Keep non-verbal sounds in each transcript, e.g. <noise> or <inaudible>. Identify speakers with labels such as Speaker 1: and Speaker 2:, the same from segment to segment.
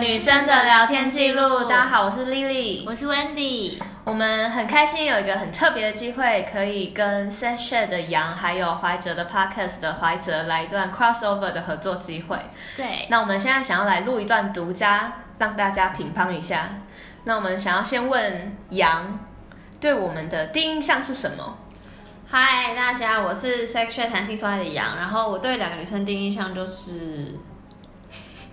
Speaker 1: 女生的聊天记录。大家好，我是 Lily，
Speaker 2: 我是 Wendy。
Speaker 1: 我们很开心有一个很特别的机会，可以跟 s e s h a 的杨还有怀哲的 Podcast 的怀哲来一段 crossover 的合作机会。
Speaker 2: 对，
Speaker 1: 那我们现在想要来录一段独家，让大家品乓一下。那我们想要先问杨，对我们的第一印象是什么？
Speaker 2: 嗨，大家，我是 Sexual 弹性说爱的杨，然后我对两个女生第一印象就是，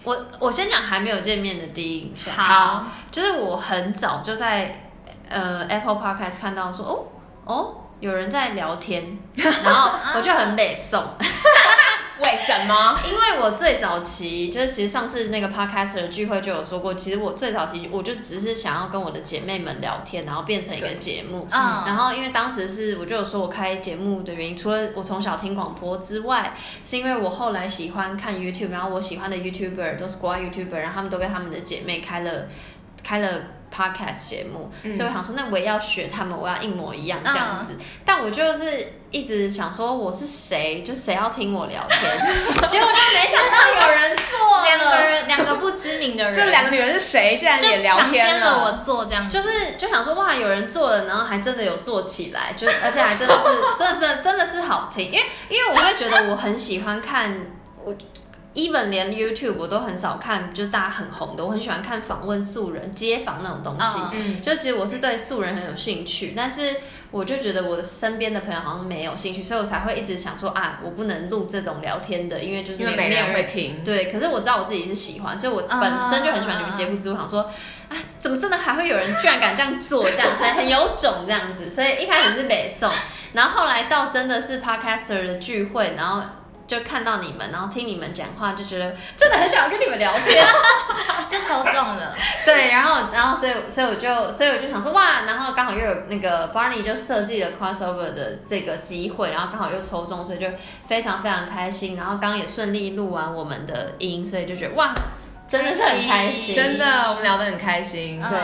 Speaker 2: 我我先讲还没有见面的第一印象，
Speaker 1: 好，
Speaker 2: 就是我很早就在呃 Apple Podcast 看到说哦哦有人在聊 <laughs> 天，然后我就很北宋，
Speaker 1: 为什么？
Speaker 2: 因为我最早期就是其实上次那个 podcast 的聚会就有说过，其实我最早期我就只是想要跟我的姐妹们聊天，然后变成一个节目。
Speaker 1: 嗯
Speaker 2: 然后因为当时是我就有说我开节目的原因，除了我从小听广播之外，是因为我后来喜欢看 YouTube，然后我喜欢的 YouTuber 都是国外 YouTuber，然后他们都跟他们的姐妹开了开了。podcast 节目，
Speaker 1: 嗯
Speaker 2: 所以我想说，那我也要学他们，我要一模一样
Speaker 3: 嗯
Speaker 2: 这样子。但我就是一直想说，我是谁，就谁要听我聊
Speaker 1: <laughs>
Speaker 2: 天，结果就没想到有人做
Speaker 3: 两个
Speaker 2: 了。
Speaker 3: <laughs> 人，两个不知名的人，
Speaker 1: 这两个女人是谁？竟然
Speaker 3: 就
Speaker 1: 也聊
Speaker 3: 抢
Speaker 1: 天
Speaker 3: 先了我做这样子，
Speaker 2: 就是就想说哇，有人做了，然后还真的有做起来，就 <laughs> 而且还真的是真的是真的是好听，因为因为我会觉得我很喜欢看我，even 连 YouTube 我都很少看，就是大家很红的，我很喜欢看访问素人、街访那种东西。
Speaker 3: 嗯
Speaker 1: 嗯，
Speaker 2: 就其实我是对素人很有兴趣，但是我就觉得我的身边的朋友好像没有兴趣，所以我才会一直想说啊，我不能录这种聊天的，因为就是
Speaker 1: 因
Speaker 2: 没
Speaker 1: 为
Speaker 2: 没
Speaker 1: 没
Speaker 2: 有
Speaker 1: 人会听。
Speaker 2: 对，可是我知道我自己是喜欢，所以我本身就很喜欢你们节目之路，想说，啊，怎么真的还会有人居然敢这样做，这样很很有种这样子，所以一开始是北宋，然后后来到真的是 podcaster 的聚会，然后。就看到你们，然后听你们讲话，就觉得真的很想跟你们聊天。
Speaker 3: 就抽中了，
Speaker 2: <laughs> 对，然后，然后，所以，所以我就，所以我就想说，哇，然后刚好又有那个 Barney 就设计了 crossover 的这个机会，然后刚好又抽中，所以就非常非常开心。然后刚刚也顺利录完我们的音，所以就觉得哇，真的是很开
Speaker 3: 开
Speaker 2: 心，
Speaker 3: 心
Speaker 1: 真的，我们聊得很开心。
Speaker 3: 嗯
Speaker 2: 对，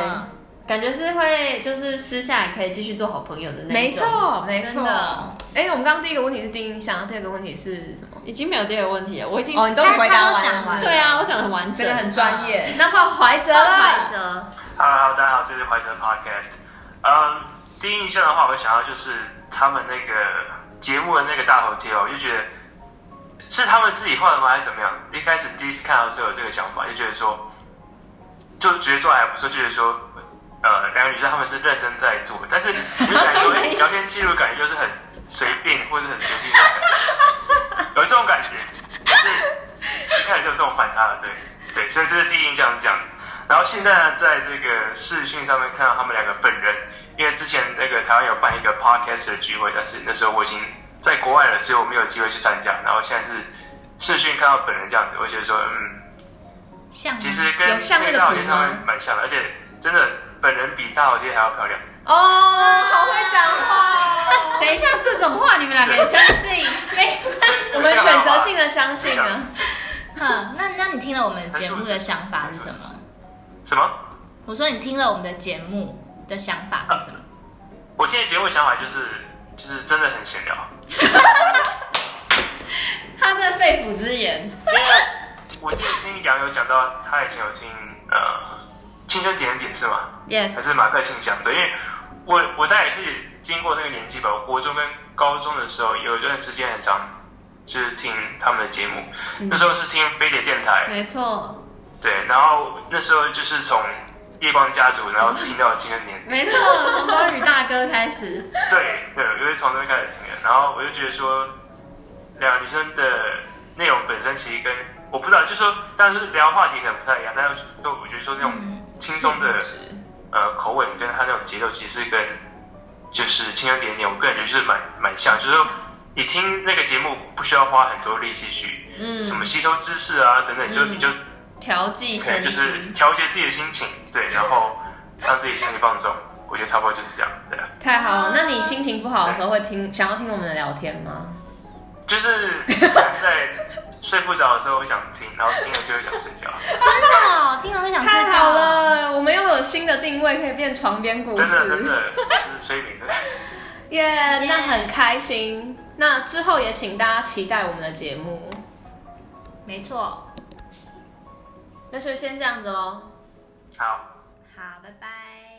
Speaker 2: 感觉是会就是私下也可以继续做好朋友的那种。
Speaker 1: 没，错，没错
Speaker 3: 真的。
Speaker 1: 哎，我们刚刚第一个问题是第一印象，第二个问题是什么？
Speaker 2: 已经没有第二个问题了，我已经、
Speaker 1: 哦，你都
Speaker 3: 但是
Speaker 1: 回
Speaker 3: 他
Speaker 1: 答
Speaker 3: 都
Speaker 1: 完了
Speaker 3: 讲
Speaker 1: 吗
Speaker 3: 完，
Speaker 2: <laughs> 对啊，我讲的完
Speaker 1: 这
Speaker 2: 整，
Speaker 1: 个很专业。那换怀哲了，
Speaker 3: 折，
Speaker 4: Hello，大家好，这是怀哲 Podcast。嗯，第一印象的话，我想到就是他们那个节目的那个大头贴哦，我就觉得是他们自己画的吗，还是怎么样？一开始第一次看到的时候有这个想法，就觉得说，就觉得做得还不错，就觉得说，呃，两个女生她们是认真在做，但是你就感觉
Speaker 1: 没
Speaker 4: 哎
Speaker 1: 事
Speaker 4: 聊天记录感觉就是很随便或者很随性的感觉，有这种感觉，就是一开始就有这种反差了，对对，所以这是第一印象是这样子。然后现在呢，在这个视讯上面看到他们两个本人，因为之前那个台湾有办一个 podcast 的聚会，但是那时候我已经在国外了，所以我没有机会去参加。然后现在是视讯看到本人这样子，我觉得说，嗯，
Speaker 3: 像吗
Speaker 4: 其
Speaker 3: <laughs>
Speaker 4: 实跟
Speaker 1: 有像那个
Speaker 4: 大头
Speaker 1: 图
Speaker 4: 贴
Speaker 1: 吗
Speaker 4: 上面蛮像的，而且真的本人比大头贴还要漂亮。
Speaker 1: 哦，好会讲
Speaker 2: <laughs>
Speaker 1: 话哦。
Speaker 2: 等一下，这种话你们两个
Speaker 1: <laughs>
Speaker 2: 也相信？没
Speaker 1: 我们选择性的相信啊，
Speaker 3: 哼，嗯那那你听了我们节目的想法是什么？
Speaker 4: 什么？
Speaker 3: 我说你听了我们的节目的想法是什么？
Speaker 4: 我今天节目想法就是，就是真的很闲聊，
Speaker 2: 他这肺腑之言，
Speaker 4: 因为我记得听杨有讲到，他以前有听呃《青春点点点》是吗？还
Speaker 2: yes，
Speaker 4: 是马克信箱对，因为我我大概也是经过那个年纪吧，我国中跟高中的时候有一段时间很长，就是听他们的节目，那时候是听飞碟电台，
Speaker 2: 没错。
Speaker 4: 对，然后那时候就是从夜光家族，然后听到今天年，
Speaker 2: 没错，从包宇大哥开始，
Speaker 4: 对对，我就是从那边开始听的，然后我就觉得说，两个女生的内容本身其实跟我不知道，就说当然是聊话题可能不太一样，但是就我觉得说那种
Speaker 3: 嗯，
Speaker 4: 轻松的。呃口吻跟他那种节奏，其实跟就是轻松点点，我个人觉得就是蛮蛮像，就是说你听那个节目不需要花很多力气去、
Speaker 2: 嗯，
Speaker 4: 什么吸收知识啊等等，就
Speaker 2: 嗯
Speaker 4: 你就
Speaker 2: 调剂
Speaker 4: 可能
Speaker 2: 身
Speaker 4: 就是
Speaker 2: 心，
Speaker 4: 调节自己的心情，对，然后让自己心情放松，我觉得差不多就是这样，对啊，
Speaker 1: 太好了。那你心情不好的时候会听，想要听我们的聊天吗？
Speaker 4: 就是 <laughs> 在睡不着的时候会想听，然后听了就会想睡觉， <laughs>
Speaker 3: 真的哦，听了会想
Speaker 1: 太
Speaker 3: 睡
Speaker 1: 好
Speaker 3: 觉。
Speaker 1: 了，我们又有新的定位，可以变床边故
Speaker 4: 真的真
Speaker 1: 事。
Speaker 4: 的就是催眠的。
Speaker 1: 耶，那很开心。那之后也请大家期待我们的节目。
Speaker 3: 没错，
Speaker 5: 那所以先这样子喽。
Speaker 1: 好。
Speaker 4: 好，拜拜。